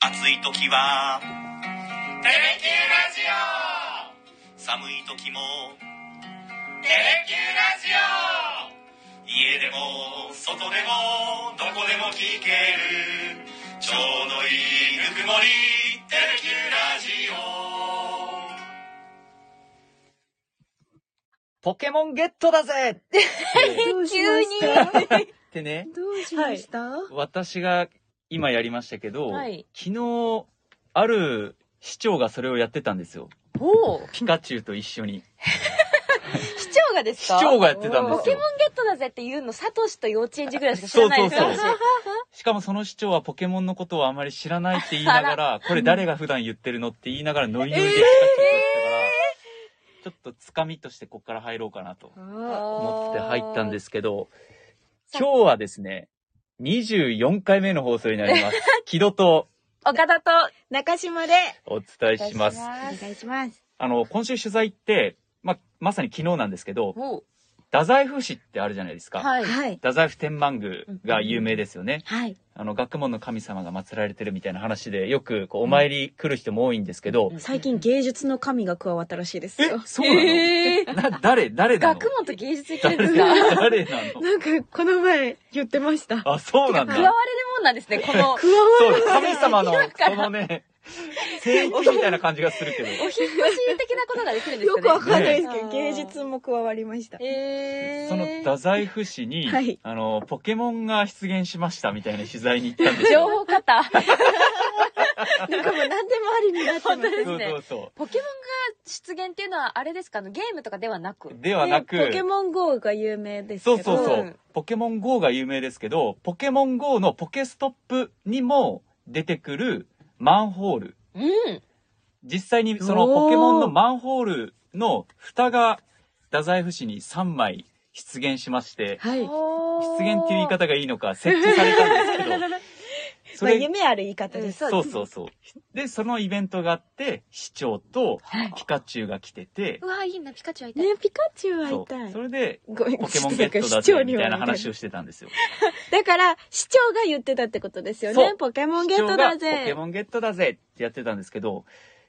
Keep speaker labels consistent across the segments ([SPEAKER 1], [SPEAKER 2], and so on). [SPEAKER 1] 暑い時は
[SPEAKER 2] テレキューラジオ
[SPEAKER 1] 寒い時も
[SPEAKER 2] テレキューラジオ
[SPEAKER 1] 家でも外でもどこでも聞けるちょうどいいぬくもりテレキューラジオ
[SPEAKER 3] ポケモンゲットだぜって
[SPEAKER 4] どうしまし
[SPEAKER 3] 急
[SPEAKER 4] た
[SPEAKER 3] ってね、
[SPEAKER 4] どうしました、
[SPEAKER 3] 私が今やりましたけど、
[SPEAKER 4] はい
[SPEAKER 3] 昨日、ある市長がそれをやってたんですよ。
[SPEAKER 4] おお
[SPEAKER 3] ピカチュウと一緒に。
[SPEAKER 4] 市長がです
[SPEAKER 3] 市
[SPEAKER 4] か
[SPEAKER 3] 長がやってたんで
[SPEAKER 4] ポ
[SPEAKER 3] す
[SPEAKER 4] ケ
[SPEAKER 3] よ
[SPEAKER 4] モ。ンゲットだぜっていうの、サトシと幼稚園児ぐらいしか知らないです
[SPEAKER 3] そうそう
[SPEAKER 4] 私。
[SPEAKER 3] そしかもその市長はポケモンのことをあまり知らないって言いながら、これ誰が普段言ってるのって言いながらノリノリでピカチュウとやってたから、ちょっとつかみとしてこっから入ろうかなと思って入ったんですすけど、今日はですね、24回目の放送になり ます。木戸と
[SPEAKER 4] 岡田と、
[SPEAKER 5] 中島で
[SPEAKER 3] お伝えします。
[SPEAKER 5] お願いします。
[SPEAKER 3] あの、今週取材って、ま、まさに昨日なんですけど、
[SPEAKER 4] おう
[SPEAKER 3] 太宰府市ってあるじゃないですか。
[SPEAKER 4] はい。
[SPEAKER 5] はい。
[SPEAKER 3] 太宰府天満宮が有名ですよね。
[SPEAKER 5] はい。
[SPEAKER 3] あの、学問の神様が祀られてるみたいな話で、よくこうお参り来る人も多いんですけど、
[SPEAKER 5] 最近芸術の神が加わったらしいです
[SPEAKER 3] え
[SPEAKER 5] よ。
[SPEAKER 3] そうなの、
[SPEAKER 4] ええ
[SPEAKER 3] な、誰、誰なの
[SPEAKER 4] 学問と芸術いけるんで
[SPEAKER 3] 誰
[SPEAKER 4] すか
[SPEAKER 3] なの誰なの
[SPEAKER 5] なんか、この前言ってました。
[SPEAKER 3] あ、そうなん
[SPEAKER 4] 加われる
[SPEAKER 3] だ。
[SPEAKER 4] もんなんですね、この。
[SPEAKER 5] 加わ
[SPEAKER 3] そう、神様の、そのね、聖域みたいな感じがするけど。
[SPEAKER 4] お引っ越し的なことができるんです
[SPEAKER 5] よ
[SPEAKER 4] かね。
[SPEAKER 5] くわかんないですけど、
[SPEAKER 4] ね
[SPEAKER 5] 芸術も加わりました。
[SPEAKER 4] ええ
[SPEAKER 3] その太宰府市に、
[SPEAKER 5] はい
[SPEAKER 3] あの、ポケモンが出現しましたみたいな取材に行ったんです
[SPEAKER 4] 情
[SPEAKER 3] よ。
[SPEAKER 4] 報型。
[SPEAKER 5] なんかもう何でもありになってま
[SPEAKER 4] 本当で
[SPEAKER 5] す。
[SPEAKER 4] す
[SPEAKER 3] そう
[SPEAKER 4] ね
[SPEAKER 3] そう。そ
[SPEAKER 4] ポケモンが出現っていうのは、あれですかあの、ゲームとかではなく。
[SPEAKER 3] う。ではなく、
[SPEAKER 5] ポケモン GO が有名です
[SPEAKER 3] そ
[SPEAKER 5] けど。
[SPEAKER 3] うそうそう、
[SPEAKER 4] うん
[SPEAKER 3] ポケモン GO が有名ですけど、ポケモン GO のポケストップにも出てくるマンホール。
[SPEAKER 4] うん。
[SPEAKER 3] 実際にその
[SPEAKER 5] おー
[SPEAKER 3] ポケモンのマンホールの蓋が太宰府市に3枚出現しまして、
[SPEAKER 5] はい。ま
[SPEAKER 3] 出
[SPEAKER 4] 出
[SPEAKER 3] 現っていう言い方がいいのか、設置されたん ですけど、そ
[SPEAKER 5] あ、
[SPEAKER 3] れ
[SPEAKER 5] 夢ある言い方です。
[SPEAKER 4] そ
[SPEAKER 3] そ
[SPEAKER 4] うで
[SPEAKER 3] うそうそう。で、そのイベントがあって、市長とピカチュウが来てて
[SPEAKER 4] う、わ、いいな、ピカチュウ会いたい。
[SPEAKER 5] ね、ピカチュウ会
[SPEAKER 3] そ
[SPEAKER 5] いた
[SPEAKER 3] う。
[SPEAKER 5] い
[SPEAKER 3] そ。れで、
[SPEAKER 5] ごめん
[SPEAKER 3] ポケモンゲットだ
[SPEAKER 5] 市長
[SPEAKER 3] ぜ、
[SPEAKER 5] に
[SPEAKER 3] み
[SPEAKER 5] は
[SPEAKER 3] たいな話をしてたんですよ。
[SPEAKER 5] だから、市長が言ってたってことですよ
[SPEAKER 3] そ
[SPEAKER 5] ね
[SPEAKER 3] う。
[SPEAKER 5] ポケモンゲットだ
[SPEAKER 3] 市長がポケ
[SPEAKER 5] ぜ。
[SPEAKER 3] モンゲットだぜってやってたんですけど、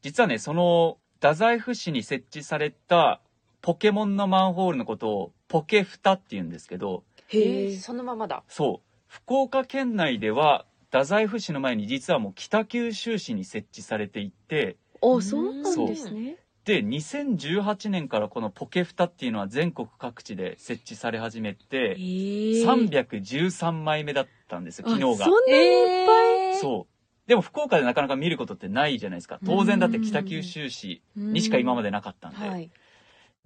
[SPEAKER 3] 実はね、その、太宰府市に設置されたポケモンのマンホールのことを、ポケフタって言うんですけど、
[SPEAKER 5] へえ。
[SPEAKER 4] そのままだ。
[SPEAKER 3] そう。福岡県内では、太宰府市の前に実はもう北九州市に設置されていて、
[SPEAKER 5] お、そうなんですね。
[SPEAKER 3] で2018年からこのポケフタっていうのは全国各地で設置され始め
[SPEAKER 5] へ
[SPEAKER 3] て
[SPEAKER 5] え。
[SPEAKER 3] 313枚目だったんですよ
[SPEAKER 5] あ
[SPEAKER 3] 昨日が
[SPEAKER 5] そんなにいっぱい。
[SPEAKER 4] えー
[SPEAKER 3] そうでも福岡でなかなか見ることってないじゃないですか当然だって北九州市にしか今ま
[SPEAKER 5] で。
[SPEAKER 3] でなかったんで、
[SPEAKER 4] はい。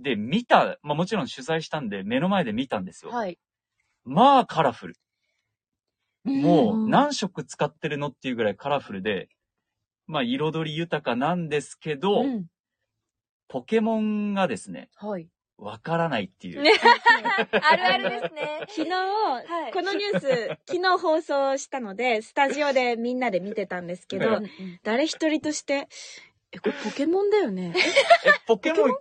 [SPEAKER 3] で見た、まあ、もちろん取材したんで目の前で見たんですよ、
[SPEAKER 4] はい。
[SPEAKER 3] まあカラフルも
[SPEAKER 5] う
[SPEAKER 3] うん何色使ってるのっていうぐらいカラフルでまあ彩り豊かなんですけど、
[SPEAKER 4] うん。
[SPEAKER 3] ポケモンがですね
[SPEAKER 4] はい。
[SPEAKER 3] わからないっていう、
[SPEAKER 4] ねあるあるです ね。
[SPEAKER 5] 昨日、
[SPEAKER 4] い
[SPEAKER 5] このニュー ス、昨日放送したので、スタジオでみんなで見てたんですけ
[SPEAKER 3] う
[SPEAKER 5] ど
[SPEAKER 3] ん、
[SPEAKER 5] 誰一人として、え、これポケモンだよね。
[SPEAKER 3] え、ポケモン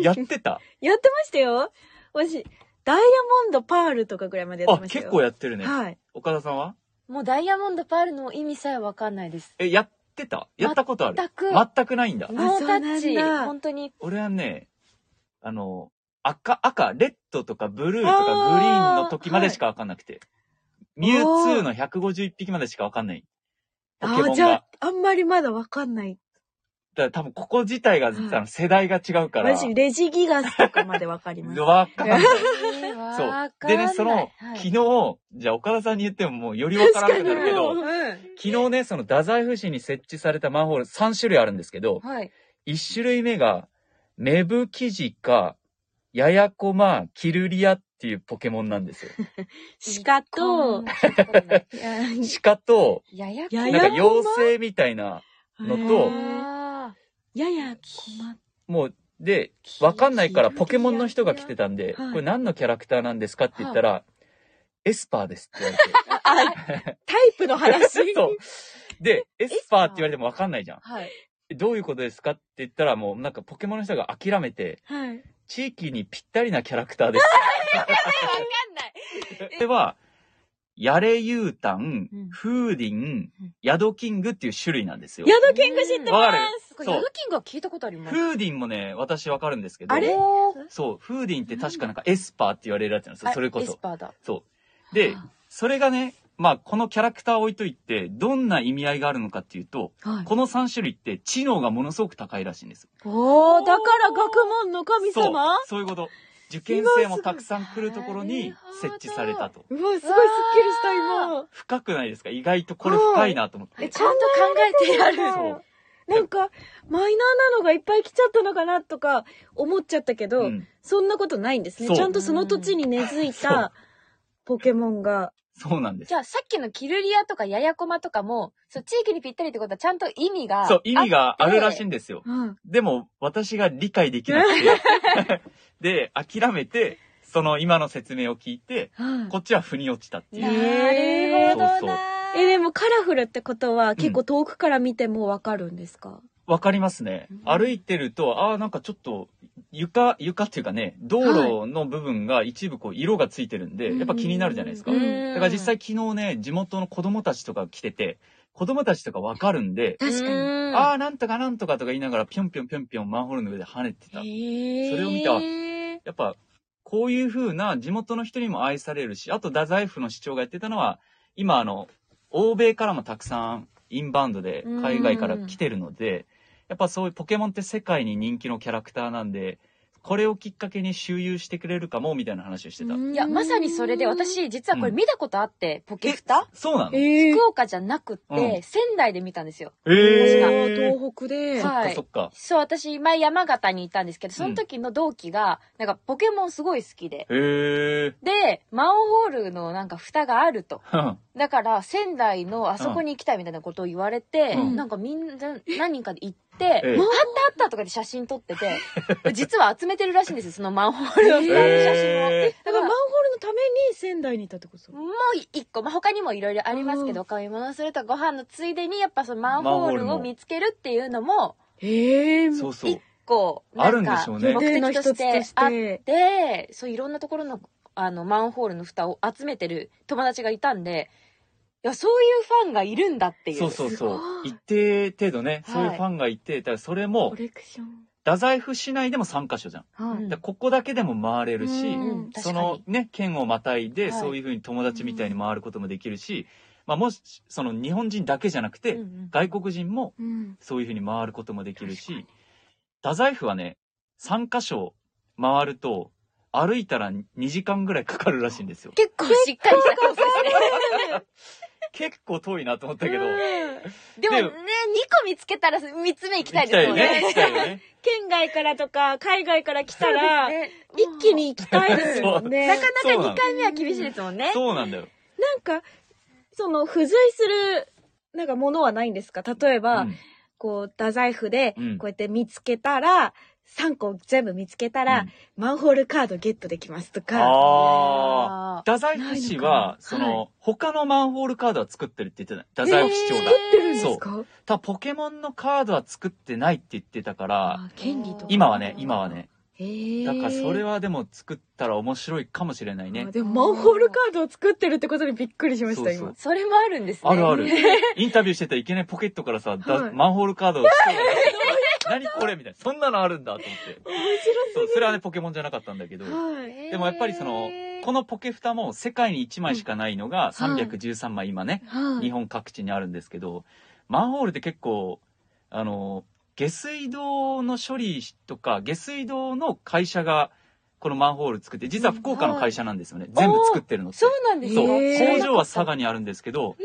[SPEAKER 3] やってた
[SPEAKER 5] やってましたよ私、ダイヤモンド、パールとかぐらいまでやっ
[SPEAKER 3] あ
[SPEAKER 5] て、ましたよ。
[SPEAKER 3] 結構やってるね。
[SPEAKER 5] はい。
[SPEAKER 3] 岡田さんは
[SPEAKER 4] もうダイヤモンドパールの意味さえわかんないです。
[SPEAKER 3] え、やってたやったことある
[SPEAKER 4] 全く
[SPEAKER 3] 全くないんだ。
[SPEAKER 4] ノータッチ。
[SPEAKER 5] そうなんだ
[SPEAKER 4] 本当に。
[SPEAKER 3] 俺はね、あの、赤、赤、レッドとかブルーとかグリーンの時までしかわかんなくて。ミュウツーの151匹までしかわかんない。ポケモン
[SPEAKER 5] あ、
[SPEAKER 3] が。
[SPEAKER 5] じゃあ
[SPEAKER 3] だ、
[SPEAKER 5] あんまりまだわかんない。
[SPEAKER 3] から多分ここ自体が実は世代が違うから。
[SPEAKER 5] 私、レジギガスとかまでわかります。
[SPEAKER 3] わかんない。そう
[SPEAKER 4] そ。
[SPEAKER 3] でね、その、昨日、じゃあ岡田さんに言ってももうよりわからなくなるけど、昨日ね、その太宰府市に設置されたマンホール3種類あるんですけど、
[SPEAKER 4] はい。
[SPEAKER 3] 1種類目が、メブキジカ、ヤヤコマ、キルリアっていうポケモンなんですよ。
[SPEAKER 5] 鹿と、、いや
[SPEAKER 3] 鹿と、
[SPEAKER 4] やや
[SPEAKER 5] や
[SPEAKER 3] なん
[SPEAKER 5] や
[SPEAKER 3] か妖精みたいな、のと
[SPEAKER 5] やや、困
[SPEAKER 3] もう、で、わかんないからポケモンの人が来てたんで、
[SPEAKER 5] はい
[SPEAKER 3] これ何のキャラクターなんですかって言ったら、エスパーですって言われて。
[SPEAKER 5] タイプの 話。
[SPEAKER 3] そう。で、エスパーって言われてもわかんないじゃん。
[SPEAKER 4] はい。
[SPEAKER 3] どういうことですかって言ったらもうなんかポケモンの人が諦めて、
[SPEAKER 5] はい。
[SPEAKER 3] 地域にぴったりなキャラクターです。
[SPEAKER 4] わかんない。
[SPEAKER 3] これは、ヤレユータン
[SPEAKER 5] うん、
[SPEAKER 3] フーディン
[SPEAKER 5] うん、
[SPEAKER 3] ヤドキングっていう種類なんですよ。
[SPEAKER 5] ヤドキング知って
[SPEAKER 3] わ
[SPEAKER 5] ま
[SPEAKER 3] かる
[SPEAKER 5] す
[SPEAKER 4] これ
[SPEAKER 3] そう
[SPEAKER 4] ヤドキングは聞いたことあります。
[SPEAKER 3] フーディンもね、私わかるんですけど。
[SPEAKER 5] あれ
[SPEAKER 4] おー
[SPEAKER 3] そう、フーディンって確かなんかエスパーって言われるやつなんですよ、それこ
[SPEAKER 4] エス
[SPEAKER 3] そ。
[SPEAKER 4] パーだ。
[SPEAKER 3] そう。で、それがね、まあこのキャラクターを置いといて、どんな意味合いがあるのかっていうと、
[SPEAKER 4] はい。
[SPEAKER 3] この3種類って知能がものすごく高いらしいんですよ。
[SPEAKER 5] おー、だから学問の神
[SPEAKER 3] そう
[SPEAKER 5] 様、
[SPEAKER 3] そういうこと。受験生もたくさん来るところに設置されたと。
[SPEAKER 5] うわ、すごいすっきりした今。
[SPEAKER 3] 深くないですか意外とこれ深いなと思って。
[SPEAKER 4] え、ちゃんと考えてやる。
[SPEAKER 3] そう。
[SPEAKER 5] なんか、マイナーなのがいっぱい来ちゃったのかなとか思っちゃったけど、
[SPEAKER 3] うん
[SPEAKER 5] そんなことないんです
[SPEAKER 3] そ
[SPEAKER 5] ね。
[SPEAKER 3] う
[SPEAKER 5] ちゃんとその土地に根付い
[SPEAKER 3] そう
[SPEAKER 5] たポケモンが。
[SPEAKER 3] そうなんです
[SPEAKER 4] じ。ゃあさっきのキルリアとかヤヤコマとかも、そう、地域にぴったりってことはちゃんと意味が。
[SPEAKER 3] そう、意味があるらしい
[SPEAKER 4] い。
[SPEAKER 3] んですよ。
[SPEAKER 5] うん。
[SPEAKER 3] でも、私が理解できなくて。で、諦めて、その今の説明を聞いて、こっちは腑に落ちたっていう。
[SPEAKER 4] なるほどな
[SPEAKER 5] え、でもカラフルってことは結構遠くから見てもわかるんですか、
[SPEAKER 3] わかりますね。歩いてると、ああ、なんかちょっと、床、床っていうかね、道路の部分が一部こう色がついてるんで、やっぱ気になるじゃないですか。
[SPEAKER 5] う
[SPEAKER 3] だ
[SPEAKER 5] ん
[SPEAKER 3] から実際昨日ね、地元の子供たちとか来てて、子供たちとかわかるんで、
[SPEAKER 5] 確かに。
[SPEAKER 4] に
[SPEAKER 3] ああ、なんとかなんとかとか言いながら、ぴょんぴょんぴょんぴょんマンホールの上で跳ねてた。それを見てあ
[SPEAKER 5] へー
[SPEAKER 3] やっぱ、こういう風な地元の人にも愛されるし、あと、太宰府の市長がやってたのは、今、あの、欧米からもたくさんインバウンドで海外から来てるので、やっぱそういうポケモンって世界に人気のキャラクターなんで、これをきっかけに周遊してくれるかも、みたいな話をしてた。
[SPEAKER 5] うん
[SPEAKER 4] いや、まさにそれで、、私、実はこれ見たことあって、ポケフタ
[SPEAKER 3] そうなの
[SPEAKER 5] えー
[SPEAKER 4] 福岡じゃなくって、
[SPEAKER 3] うん
[SPEAKER 4] 仙台で見たんですよ。
[SPEAKER 3] え
[SPEAKER 5] 東北で。
[SPEAKER 3] そっ
[SPEAKER 4] は
[SPEAKER 3] か
[SPEAKER 4] い
[SPEAKER 3] そっか。
[SPEAKER 4] そう、私、前山形にいたんですけど、その時の同期が、なんかポケモンすごい好きで。
[SPEAKER 3] へえ。
[SPEAKER 4] で、マンホールのなんか蓋があると。だから、仙台のあそこに行きたいみたいなことを言われて、
[SPEAKER 3] うん
[SPEAKER 4] なんかみんな、何人かで行って、
[SPEAKER 3] ええ
[SPEAKER 4] あったあったとかで写真撮って て、実は集めてるらしいんですよ、そのマンホールの蓋の写真を。
[SPEAKER 3] へ
[SPEAKER 5] だからマンホールのために仙台にいたってこと
[SPEAKER 4] もう一個、まあ、他にもいろいろありますけど、お買い物するとご飯のついでに、やっぱそのマンホールを見つけるっていうのも、
[SPEAKER 5] へえ
[SPEAKER 3] ーそうそう。
[SPEAKER 4] こう、
[SPEAKER 3] あ
[SPEAKER 4] な
[SPEAKER 3] るん
[SPEAKER 4] ん
[SPEAKER 3] で
[SPEAKER 4] か
[SPEAKER 3] しょうね
[SPEAKER 4] 目的としてあっ
[SPEAKER 5] して。
[SPEAKER 4] て、そういろんなところの、あの、マンホールの蓋を集めてる友達がいたんで、いや、そういうファンがいるんだっていう。
[SPEAKER 3] そうそうそう
[SPEAKER 5] す。ごい
[SPEAKER 3] 一定程度ね、そういう
[SPEAKER 4] はい
[SPEAKER 3] ファンがいて、だからそれも
[SPEAKER 5] コ、レクション。
[SPEAKER 3] 太宰府市内でも3カ所じゃん。
[SPEAKER 5] は
[SPEAKER 4] うん
[SPEAKER 3] だからここだけでも回れるし、
[SPEAKER 5] うん
[SPEAKER 4] うん、確か
[SPEAKER 3] そ
[SPEAKER 4] に。
[SPEAKER 3] のね県をまたいで、
[SPEAKER 4] はい
[SPEAKER 3] そういうふうに友達みたいに回ることもできるし、まあ、もしその日本人だけじゃなくて、
[SPEAKER 4] うんうん
[SPEAKER 3] 外国人も
[SPEAKER 5] うん。
[SPEAKER 3] そういうふうに回ることもできるし太宰府はね3箇所回ると歩いたら2時間ぐらいかかるらしいん ですよ
[SPEAKER 4] 結構しっかりしたコースですね。
[SPEAKER 3] 結構遠いなと思ったけど
[SPEAKER 4] でもね、
[SPEAKER 3] で
[SPEAKER 4] 2個見つけたら3つ目行きたい
[SPEAKER 3] 行き
[SPEAKER 4] で
[SPEAKER 3] たい
[SPEAKER 4] すよ
[SPEAKER 3] よ
[SPEAKER 4] ね
[SPEAKER 3] ね。行きたいよね
[SPEAKER 5] 県外からとか、海外から来たら、
[SPEAKER 4] ね
[SPEAKER 5] 一気に行きたいですもんね。
[SPEAKER 4] な
[SPEAKER 5] な
[SPEAKER 4] か
[SPEAKER 5] ん
[SPEAKER 4] なか
[SPEAKER 5] か、
[SPEAKER 4] 2回目は厳しいですもんね。
[SPEAKER 3] そうなんだよ、
[SPEAKER 5] なんか、その、付随する、なんかものはないんですか例えば、
[SPEAKER 3] うん
[SPEAKER 5] こう、太宰府で
[SPEAKER 3] うん、
[SPEAKER 5] こうやって見つけたら、3個全部見つけたら、
[SPEAKER 3] うん
[SPEAKER 5] マンホールカードゲットできますとか。
[SPEAKER 3] ああ
[SPEAKER 4] あ
[SPEAKER 3] 太宰府市はその、
[SPEAKER 5] は
[SPEAKER 3] 他のマンホールカードは作ってるって言ってた太宰府市長が、
[SPEAKER 5] 作ってるん ですか
[SPEAKER 3] ただポケモンのカードは作ってないって言ってたから
[SPEAKER 5] あ権利とか。
[SPEAKER 3] 今はね今はね
[SPEAKER 5] へー
[SPEAKER 3] だからそれはでも作ったら面白いかもしれないね
[SPEAKER 5] あでもマンホールカードを作ってるってことにびっくりしました、
[SPEAKER 3] そう
[SPEAKER 5] 今
[SPEAKER 3] そう。
[SPEAKER 4] それもあるんですね。
[SPEAKER 3] あるあるインタビューしてたらいきなりポケットからさ、だ
[SPEAKER 5] はい
[SPEAKER 3] マンホールカードを作る 何これみたいなそんなのあるんだと思ってそうそれはねポケモンじゃなかったんだけど
[SPEAKER 5] はい。
[SPEAKER 3] でもやっぱりそのこのポケフタも世界に1枚しかないのが313枚今ね
[SPEAKER 5] は
[SPEAKER 3] 日
[SPEAKER 5] い。
[SPEAKER 3] 本各地にあるんですけどマンホールって結構あの下水道の処理とか下水道の会社がこのマンホール作って実は福岡の会社なんですよね、全部作ってるのって
[SPEAKER 4] そうなんです
[SPEAKER 3] そう
[SPEAKER 5] へー
[SPEAKER 3] 工場は佐賀にあるんですけど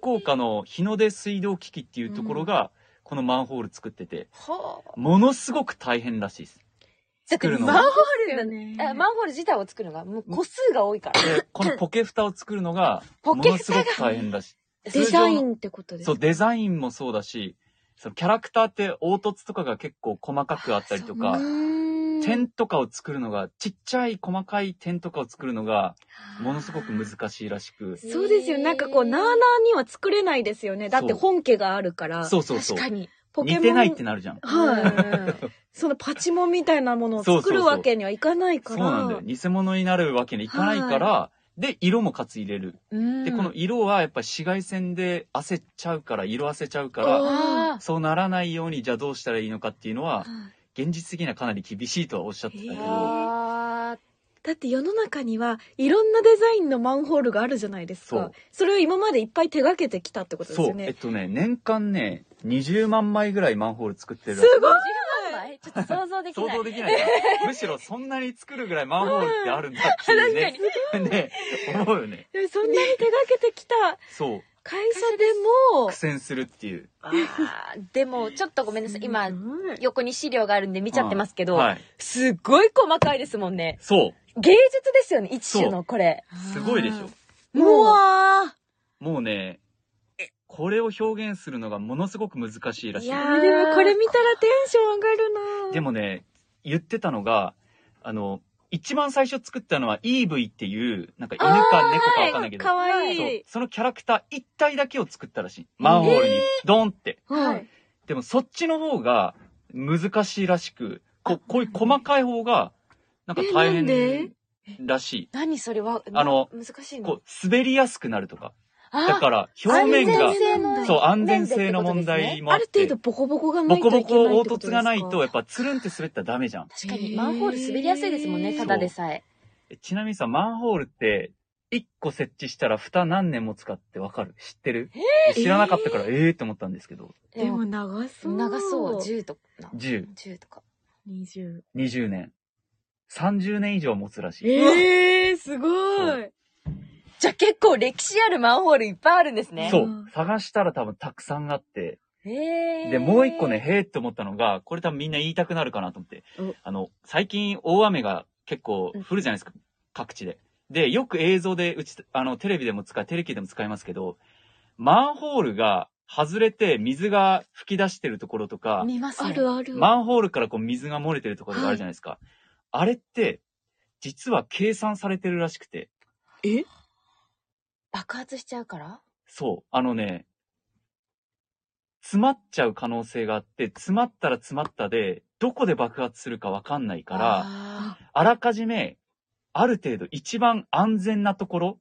[SPEAKER 3] 福岡の日の出水道機器っていうところがこのマンホール作ってて
[SPEAKER 4] はあ
[SPEAKER 3] ものすごく大変らしいです
[SPEAKER 4] だって
[SPEAKER 3] 作るの
[SPEAKER 4] マンホール
[SPEAKER 5] ね
[SPEAKER 4] あマンホール自体を作るのが、もう個数が多いから。
[SPEAKER 3] でこのポケフタを作るのが
[SPEAKER 4] ポ
[SPEAKER 3] も
[SPEAKER 4] ケ
[SPEAKER 3] の
[SPEAKER 4] フ
[SPEAKER 3] す
[SPEAKER 4] タが
[SPEAKER 3] ごく大変らしい
[SPEAKER 5] デザイ
[SPEAKER 3] 通常の
[SPEAKER 5] ンってことです
[SPEAKER 3] そう、
[SPEAKER 5] か
[SPEAKER 3] デザインもそうだし、そのキャラクターって凹凸とかが結構細かくあったりとか、
[SPEAKER 5] ん
[SPEAKER 3] 点とかを作るのが、ちっちゃい細かい点とかを作るのが、ものすごく難しいらしく。
[SPEAKER 5] そうですよ。なんかこう、なーなーには作れないですよね。だって本家があるから。
[SPEAKER 3] そうそうそう
[SPEAKER 4] 確。かに。
[SPEAKER 5] ポケ
[SPEAKER 3] 似
[SPEAKER 5] モン。
[SPEAKER 3] てないってなるじゃん。
[SPEAKER 5] はい。
[SPEAKER 4] うん
[SPEAKER 5] そのパチモンみたいなものを
[SPEAKER 3] そうそう
[SPEAKER 5] 作
[SPEAKER 3] そう
[SPEAKER 5] るわけにはいかないか
[SPEAKER 3] そう
[SPEAKER 5] ら。
[SPEAKER 3] なんだよ。偽物になるわけにいかないから、で、色もかつ入れる。
[SPEAKER 4] うん
[SPEAKER 3] で、この色はやっぱ紫外線で焦っちゃうから、色あせちゃうから、
[SPEAKER 4] あ
[SPEAKER 3] そうならないように、じゃあどうしたらいいのかっていうのは、現実的にはかなり厳しいとはおっしゃってたけ
[SPEAKER 4] ー
[SPEAKER 5] へ
[SPEAKER 3] ど、
[SPEAKER 4] あー
[SPEAKER 5] だって世の中にはいろんなデザインのマンホールがあるじゃないです
[SPEAKER 3] そ
[SPEAKER 5] か
[SPEAKER 3] う
[SPEAKER 5] それを今までいっぱい手がけてきたってことです
[SPEAKER 3] そ
[SPEAKER 5] よ
[SPEAKER 3] う、えっ
[SPEAKER 5] ね
[SPEAKER 3] とね、年間ね、20万枚ぐらいマンホール作ってるらしい。
[SPEAKER 5] すごい
[SPEAKER 4] はいちょっと想像でき
[SPEAKER 3] 想
[SPEAKER 4] ない
[SPEAKER 3] 像できないからむしろそんなに作るぐらいマンホールってあるんだっていうね ね思うよね
[SPEAKER 5] えそんなに手がけてきた
[SPEAKER 3] そう
[SPEAKER 5] 会社でも
[SPEAKER 3] 苦戦するっていう
[SPEAKER 4] あーでもちょっとごめんなさい今
[SPEAKER 5] すごい
[SPEAKER 4] 横に資料があるんで見ちゃってますけど、
[SPEAKER 3] はい
[SPEAKER 4] すっごい細かいですもんね
[SPEAKER 3] そう
[SPEAKER 4] 芸術ですよね一種
[SPEAKER 3] そ
[SPEAKER 4] のこれ
[SPEAKER 3] すごいでしょ
[SPEAKER 5] う
[SPEAKER 4] もう
[SPEAKER 5] わ
[SPEAKER 3] もうねこれを表現するのがものすごく難しいら
[SPEAKER 5] ー
[SPEAKER 3] し
[SPEAKER 5] い
[SPEAKER 3] い
[SPEAKER 5] やーでもこれ見たらテンション上がるな
[SPEAKER 3] でもね言ってたのがあの一番最初作ったのはイーブイっていうなんか犬か猫かわかんないけど
[SPEAKER 5] かわい
[SPEAKER 3] そう
[SPEAKER 5] い
[SPEAKER 3] そのキャラクター一体だけを作ったらしいマンホールにドンって、
[SPEAKER 5] はい
[SPEAKER 3] でもそっちの方が難しいらしく、ここういう細かい方が、なんか大
[SPEAKER 5] えなんで
[SPEAKER 3] 変らし
[SPEAKER 4] 何それは
[SPEAKER 3] あの
[SPEAKER 4] な難しい
[SPEAKER 3] い。
[SPEAKER 4] の
[SPEAKER 3] こう、滑りやすくなるとか。
[SPEAKER 4] あ
[SPEAKER 3] だから、表面
[SPEAKER 5] 安
[SPEAKER 3] が
[SPEAKER 5] 全、性の
[SPEAKER 3] そう、安全性の問題もあ
[SPEAKER 5] あ
[SPEAKER 3] っ
[SPEAKER 5] る
[SPEAKER 3] て
[SPEAKER 5] 程度、ボコボコがな
[SPEAKER 3] ボ
[SPEAKER 5] いと
[SPEAKER 3] コボ
[SPEAKER 5] いけないってこ
[SPEAKER 3] コ
[SPEAKER 5] とですか
[SPEAKER 3] 凹凸がないと、やっぱつるんって滑ったらダメじゃん。
[SPEAKER 4] 確かにマンホール滑りやすいですもんね
[SPEAKER 5] へー
[SPEAKER 4] ただでさえ
[SPEAKER 3] えちなみにさ、マンホールって、1個設置したら蓋何年も使ってわかる知ってる、知らなかったから、えーって思ったんですけど、
[SPEAKER 5] でも
[SPEAKER 4] で
[SPEAKER 5] 長そう
[SPEAKER 4] も長そう10とかな
[SPEAKER 3] 10、
[SPEAKER 4] 10とか
[SPEAKER 5] 20
[SPEAKER 3] 20年、30年以上持つらしい。
[SPEAKER 5] えー、すごい。
[SPEAKER 4] じゃあ結構歴史あるマンホールいっぱいあるんですね
[SPEAKER 3] そううん探したら多分たくさんあって。
[SPEAKER 4] へー
[SPEAKER 3] で、もう一個ね、へーって思ったのが、これ多分みんな言いたくなるかなと思って
[SPEAKER 5] お。
[SPEAKER 3] あの、最近大雨が結構降るじゃないですか。各地で。で、よく映像で、うち、あの、テレビでも使い、テレキでも使いますけど、マンホールが外れて水が噴き出してるところとか、
[SPEAKER 4] 見ますね
[SPEAKER 5] あるある
[SPEAKER 3] マンホールからこう水が漏れてるところがあるじゃないですか。あれって、実は計算されてるらしくて。
[SPEAKER 4] 爆発しちゃうから
[SPEAKER 3] そう。あのね、詰まっちゃう可能性があって、詰まったら詰まったで、どこで爆発するかわかんないから、あ
[SPEAKER 4] あ
[SPEAKER 3] らかじめ、ある程度一番安全なところ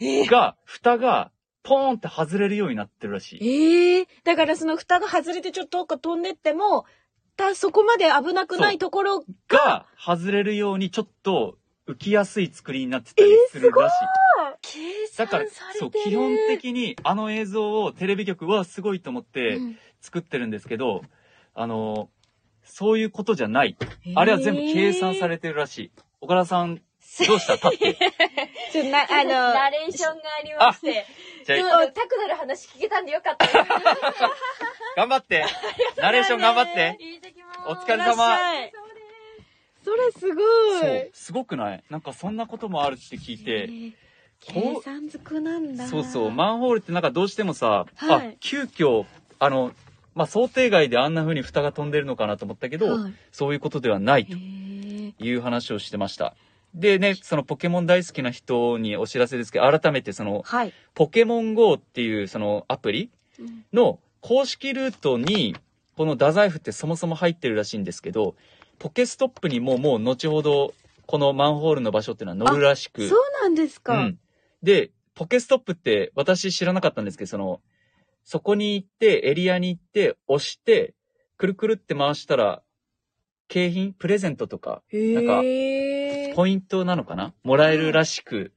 [SPEAKER 4] ーえ
[SPEAKER 3] が、蓋が、ポーンって外れるようになってるらしい。
[SPEAKER 5] ええだからその蓋が外れてちょっとどっか飛んでっても、たそこまで危なくないところ、
[SPEAKER 3] が、外れるようにちょっと浮きやすい作りになってたりするらしい。
[SPEAKER 4] 計
[SPEAKER 3] だ
[SPEAKER 4] 算
[SPEAKER 3] か
[SPEAKER 4] さ
[SPEAKER 3] ら
[SPEAKER 4] れてる、
[SPEAKER 3] そう、基本的にあの映像をテレビ局はすごいと思って作ってるんですけど、あの、そういうことじゃない。あれは全部計算さ
[SPEAKER 5] れ
[SPEAKER 3] れてるらしい。岡田さん、どうした立 って。
[SPEAKER 5] てる。な、
[SPEAKER 4] ナ
[SPEAKER 5] あの、
[SPEAKER 4] レーションがありまして
[SPEAKER 3] じゃ
[SPEAKER 4] でも
[SPEAKER 3] あ、
[SPEAKER 4] タクドル話聞けたんでよかったです
[SPEAKER 3] 頑張 って。ナレーション頑張って。
[SPEAKER 4] 聞いてきます
[SPEAKER 3] お疲れ
[SPEAKER 5] いらっし
[SPEAKER 3] 様。
[SPEAKER 5] ゃいそれすご
[SPEAKER 3] そう
[SPEAKER 5] い。、
[SPEAKER 3] すごくないなんかそんなこともあるって聞い
[SPEAKER 5] え
[SPEAKER 3] て。
[SPEAKER 5] ー計
[SPEAKER 3] こう
[SPEAKER 5] 算づくなんだ。
[SPEAKER 3] そうそう、マンホールってなんかどうしてもさ、
[SPEAKER 5] は
[SPEAKER 3] あ
[SPEAKER 5] い、
[SPEAKER 3] 急遽、あの、まあ、想定外であんな風に蓋が飛んでるのかなと思ったけど、
[SPEAKER 5] はい
[SPEAKER 3] そういうことではないと
[SPEAKER 5] へー
[SPEAKER 3] いう話をしてました。でね、そのポケモン大好きな人にお知らせですけど、改めてその、
[SPEAKER 5] はい。
[SPEAKER 3] ポケモン GO っていうそのアプリの公式ルートにこの太宰府ってそもそも入ってるらしいんですけどポケストップにももう後ほどこのマンホールの場所っていうのは載るらしく
[SPEAKER 5] そうなんですか。
[SPEAKER 3] うん、でポケストップって私知らなかったんですけどそのそこに行ってエリアに行って押してくるくるって回したら景品プレゼントとか
[SPEAKER 5] へえ。
[SPEAKER 3] なんかポイントなのかなもらえるらしく、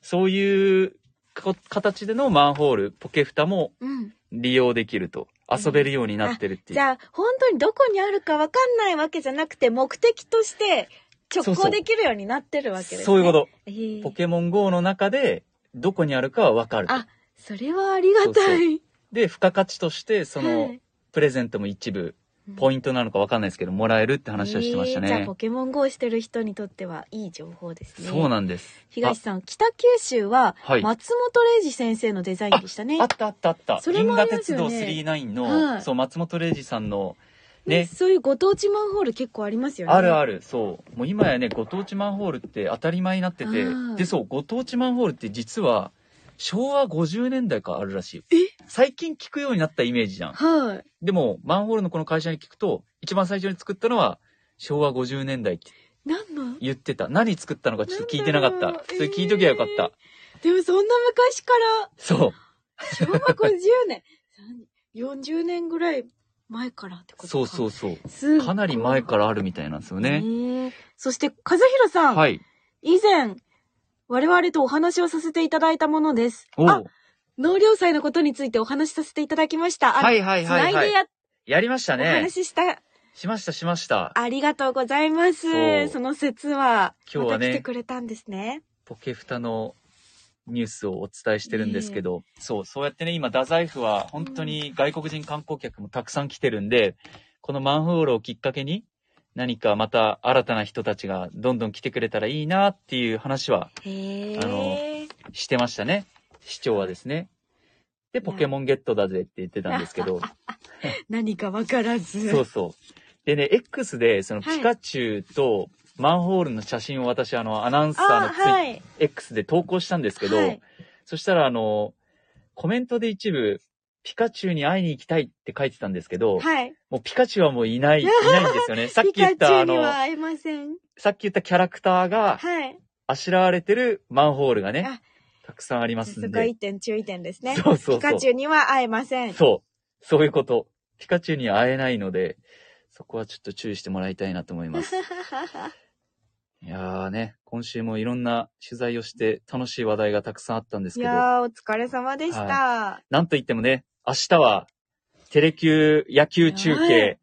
[SPEAKER 3] そういうこ形でのマンホール、ポケフタも
[SPEAKER 5] うん。
[SPEAKER 3] 利用できると、遊べるようになってるってい
[SPEAKER 5] じ
[SPEAKER 3] う。
[SPEAKER 5] ゃあ、本当にどこにあるかわかんないわけじゃなくて、目的として
[SPEAKER 3] そ
[SPEAKER 5] 直
[SPEAKER 3] うそ
[SPEAKER 5] 行
[SPEAKER 3] う
[SPEAKER 5] できるようになってるわけです、ね。
[SPEAKER 3] そういうこと。
[SPEAKER 5] え
[SPEAKER 3] ポ
[SPEAKER 5] ー。
[SPEAKER 3] ケモン GO の中で、どこにあるかはわかると。
[SPEAKER 5] あそれはありがたい。
[SPEAKER 3] で、付加価値として、そ
[SPEAKER 5] は
[SPEAKER 3] の
[SPEAKER 5] い、
[SPEAKER 3] プレゼントも一部、ポイントなのかわかんないですけど、もらえるって話をしてました
[SPEAKER 5] えーじゃあ
[SPEAKER 3] ね
[SPEAKER 5] ポ。ケモン GO してる人にとってはいい情報ですね。
[SPEAKER 3] そうなんです。
[SPEAKER 5] 東さん、北九州は
[SPEAKER 3] はい
[SPEAKER 5] 松本零士先生のデザインでしたね。
[SPEAKER 3] あったあったあった。
[SPEAKER 5] それ
[SPEAKER 3] 銀
[SPEAKER 5] もあ
[SPEAKER 3] 河
[SPEAKER 5] ります
[SPEAKER 3] 鉄
[SPEAKER 5] よね
[SPEAKER 3] 道39
[SPEAKER 5] は
[SPEAKER 3] の、
[SPEAKER 5] い
[SPEAKER 3] そう、松本零士さんの、
[SPEAKER 5] ね
[SPEAKER 3] ね、
[SPEAKER 5] そういうご当地マンホール結構ありますよね。
[SPEAKER 3] あるあるそうもう今やねご当地マンホールって当たり前になってて
[SPEAKER 5] うん
[SPEAKER 3] でそうご当地マンホールって実は昭和50年代からあるらしい最近聞くようになったイメージじゃん
[SPEAKER 5] はい。
[SPEAKER 3] でもマンホールのこの会社に聞くと一番最初に作ったのは昭和50年代って
[SPEAKER 5] 何の
[SPEAKER 3] 言ってた。何作ったのかちょっと聞いてなかっ
[SPEAKER 5] なんだろ
[SPEAKER 3] た。
[SPEAKER 5] う
[SPEAKER 3] それ聞いときゃよかった。
[SPEAKER 5] でもそんな昔から、
[SPEAKER 3] そう。
[SPEAKER 5] 昭和50年、40年ぐらい前からってことか。
[SPEAKER 3] そうそううそう。
[SPEAKER 5] す
[SPEAKER 3] かなり前かららあるみたいなんですよね。
[SPEAKER 5] ね。そして、和弘さん、
[SPEAKER 3] はい。
[SPEAKER 5] 以前、我々とお話をさせていただいたものです。
[SPEAKER 3] お
[SPEAKER 5] あ
[SPEAKER 3] う、
[SPEAKER 5] 納涼祭のことについてお話しさせていただきました。あ
[SPEAKER 3] はいはいはい
[SPEAKER 5] 繋
[SPEAKER 3] はいい
[SPEAKER 5] で。や、
[SPEAKER 3] やりました
[SPEAKER 5] お
[SPEAKER 3] ね。
[SPEAKER 5] 話しした。
[SPEAKER 3] しましたしました。
[SPEAKER 5] ありがとうございま
[SPEAKER 3] そ
[SPEAKER 5] す。
[SPEAKER 3] う
[SPEAKER 5] その説は、
[SPEAKER 3] 今日はね
[SPEAKER 5] また来てくれたんですね。
[SPEAKER 3] ポケフタのニュースをお伝えしてるんですけど、そう、そうやってね、今、太宰府は本当に外国人観光客もたくさん来てるんで、このマンホールをきっかけに、何かまた新たな人たちがどんどん来てくれたらいいなっていう話は
[SPEAKER 5] へえ。
[SPEAKER 3] あのしてましたね。市長はですね。で、ポケモンゲットだぜって言ってたんですけど、
[SPEAKER 5] 何かわからず。
[SPEAKER 3] そうそう。でね、X で、その
[SPEAKER 5] はい
[SPEAKER 3] ピカチュウとマンホールの写真を私、あの、アナウンサーの
[SPEAKER 5] あ、
[SPEAKER 3] ツイッ
[SPEAKER 5] はい。
[SPEAKER 3] X で投稿したんですけど、
[SPEAKER 5] はい
[SPEAKER 3] そしたらあの、コメントで一部、ピカチュウに会いに行きたいって書いてたんですけど、
[SPEAKER 5] はい。
[SPEAKER 3] もうピカチュウはもうい ない、いないんですよね。さっき言っ
[SPEAKER 5] ピカ
[SPEAKER 3] た
[SPEAKER 5] チュウ
[SPEAKER 3] あ
[SPEAKER 5] に
[SPEAKER 3] の、
[SPEAKER 5] は会えません。
[SPEAKER 3] さっき言ったキャラクターが
[SPEAKER 5] はい。
[SPEAKER 3] あしらわれてるマンホールがね
[SPEAKER 5] あ、
[SPEAKER 3] たくさんありま
[SPEAKER 5] そ
[SPEAKER 3] す
[SPEAKER 5] こ
[SPEAKER 3] ん
[SPEAKER 5] が
[SPEAKER 3] で。
[SPEAKER 5] 一点注意点ですね。
[SPEAKER 3] そうそうそう
[SPEAKER 5] ピカチュウには会えません。
[SPEAKER 3] そう。そういうこと。ピカチュウには会えないので、そこはちょっと注意してもらいたいなと思い ます。いやーね、今週もいろんな取材をして楽しい話題がたくさんあったんです
[SPEAKER 5] い
[SPEAKER 3] けど。
[SPEAKER 5] やー、お疲れ様でした。
[SPEAKER 3] なんといってもね、明日は、テレ級野球中継、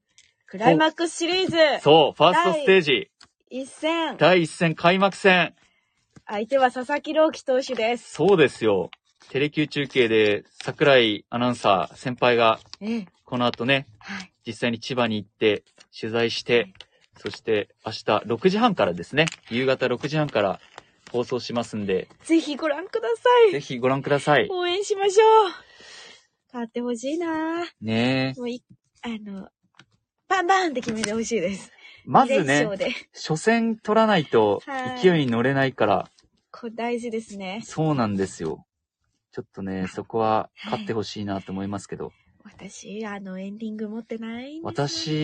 [SPEAKER 5] クライマックスシリーズ、
[SPEAKER 3] そう、ファーストステージ、
[SPEAKER 5] 一戦。
[SPEAKER 3] 第一戦開幕戦。
[SPEAKER 5] 相手は佐々木朗希投手です。
[SPEAKER 3] そうですよ。テレ級中継で、桜井アナウンサー、先輩が、
[SPEAKER 5] ええ。
[SPEAKER 3] この後ね、
[SPEAKER 5] はい。
[SPEAKER 3] 実際に千葉に行って、取材して、そして明日6時半からですね、夕方6時半から放送しますんで、
[SPEAKER 5] ぜひご覧くださ
[SPEAKER 3] ぜ
[SPEAKER 5] い。
[SPEAKER 3] ひご覧ください。
[SPEAKER 5] 応援しましょう。勝ってほしいなー
[SPEAKER 3] ねえ。
[SPEAKER 5] もうい、あの、バンバンって決めてほしいです。
[SPEAKER 3] まず
[SPEAKER 5] 連
[SPEAKER 3] ね
[SPEAKER 5] 勝、で。
[SPEAKER 3] 初戦取らないと
[SPEAKER 5] はい
[SPEAKER 3] 勢いに乗れないから、
[SPEAKER 5] こう大事ですね。
[SPEAKER 3] そうなんですよ。ちょっとね、そこは勝ってほしいなと思いますけど、
[SPEAKER 5] 私、あの、エンディング持ってないんですよね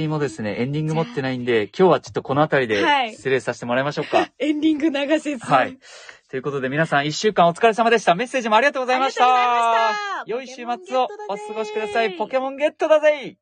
[SPEAKER 3] 私もですね、エンディング持ってないんで、今日はちょっとこの辺り
[SPEAKER 5] はい
[SPEAKER 3] で失礼させてもらいましょう か。
[SPEAKER 5] エンディング流せず。
[SPEAKER 3] はい。ということで皆さん一週間お疲れ様でした。メッセージもありがとうございました。
[SPEAKER 5] ありがとうございました
[SPEAKER 3] 良い週末をお過ごしください。ポケモンゲットだぜ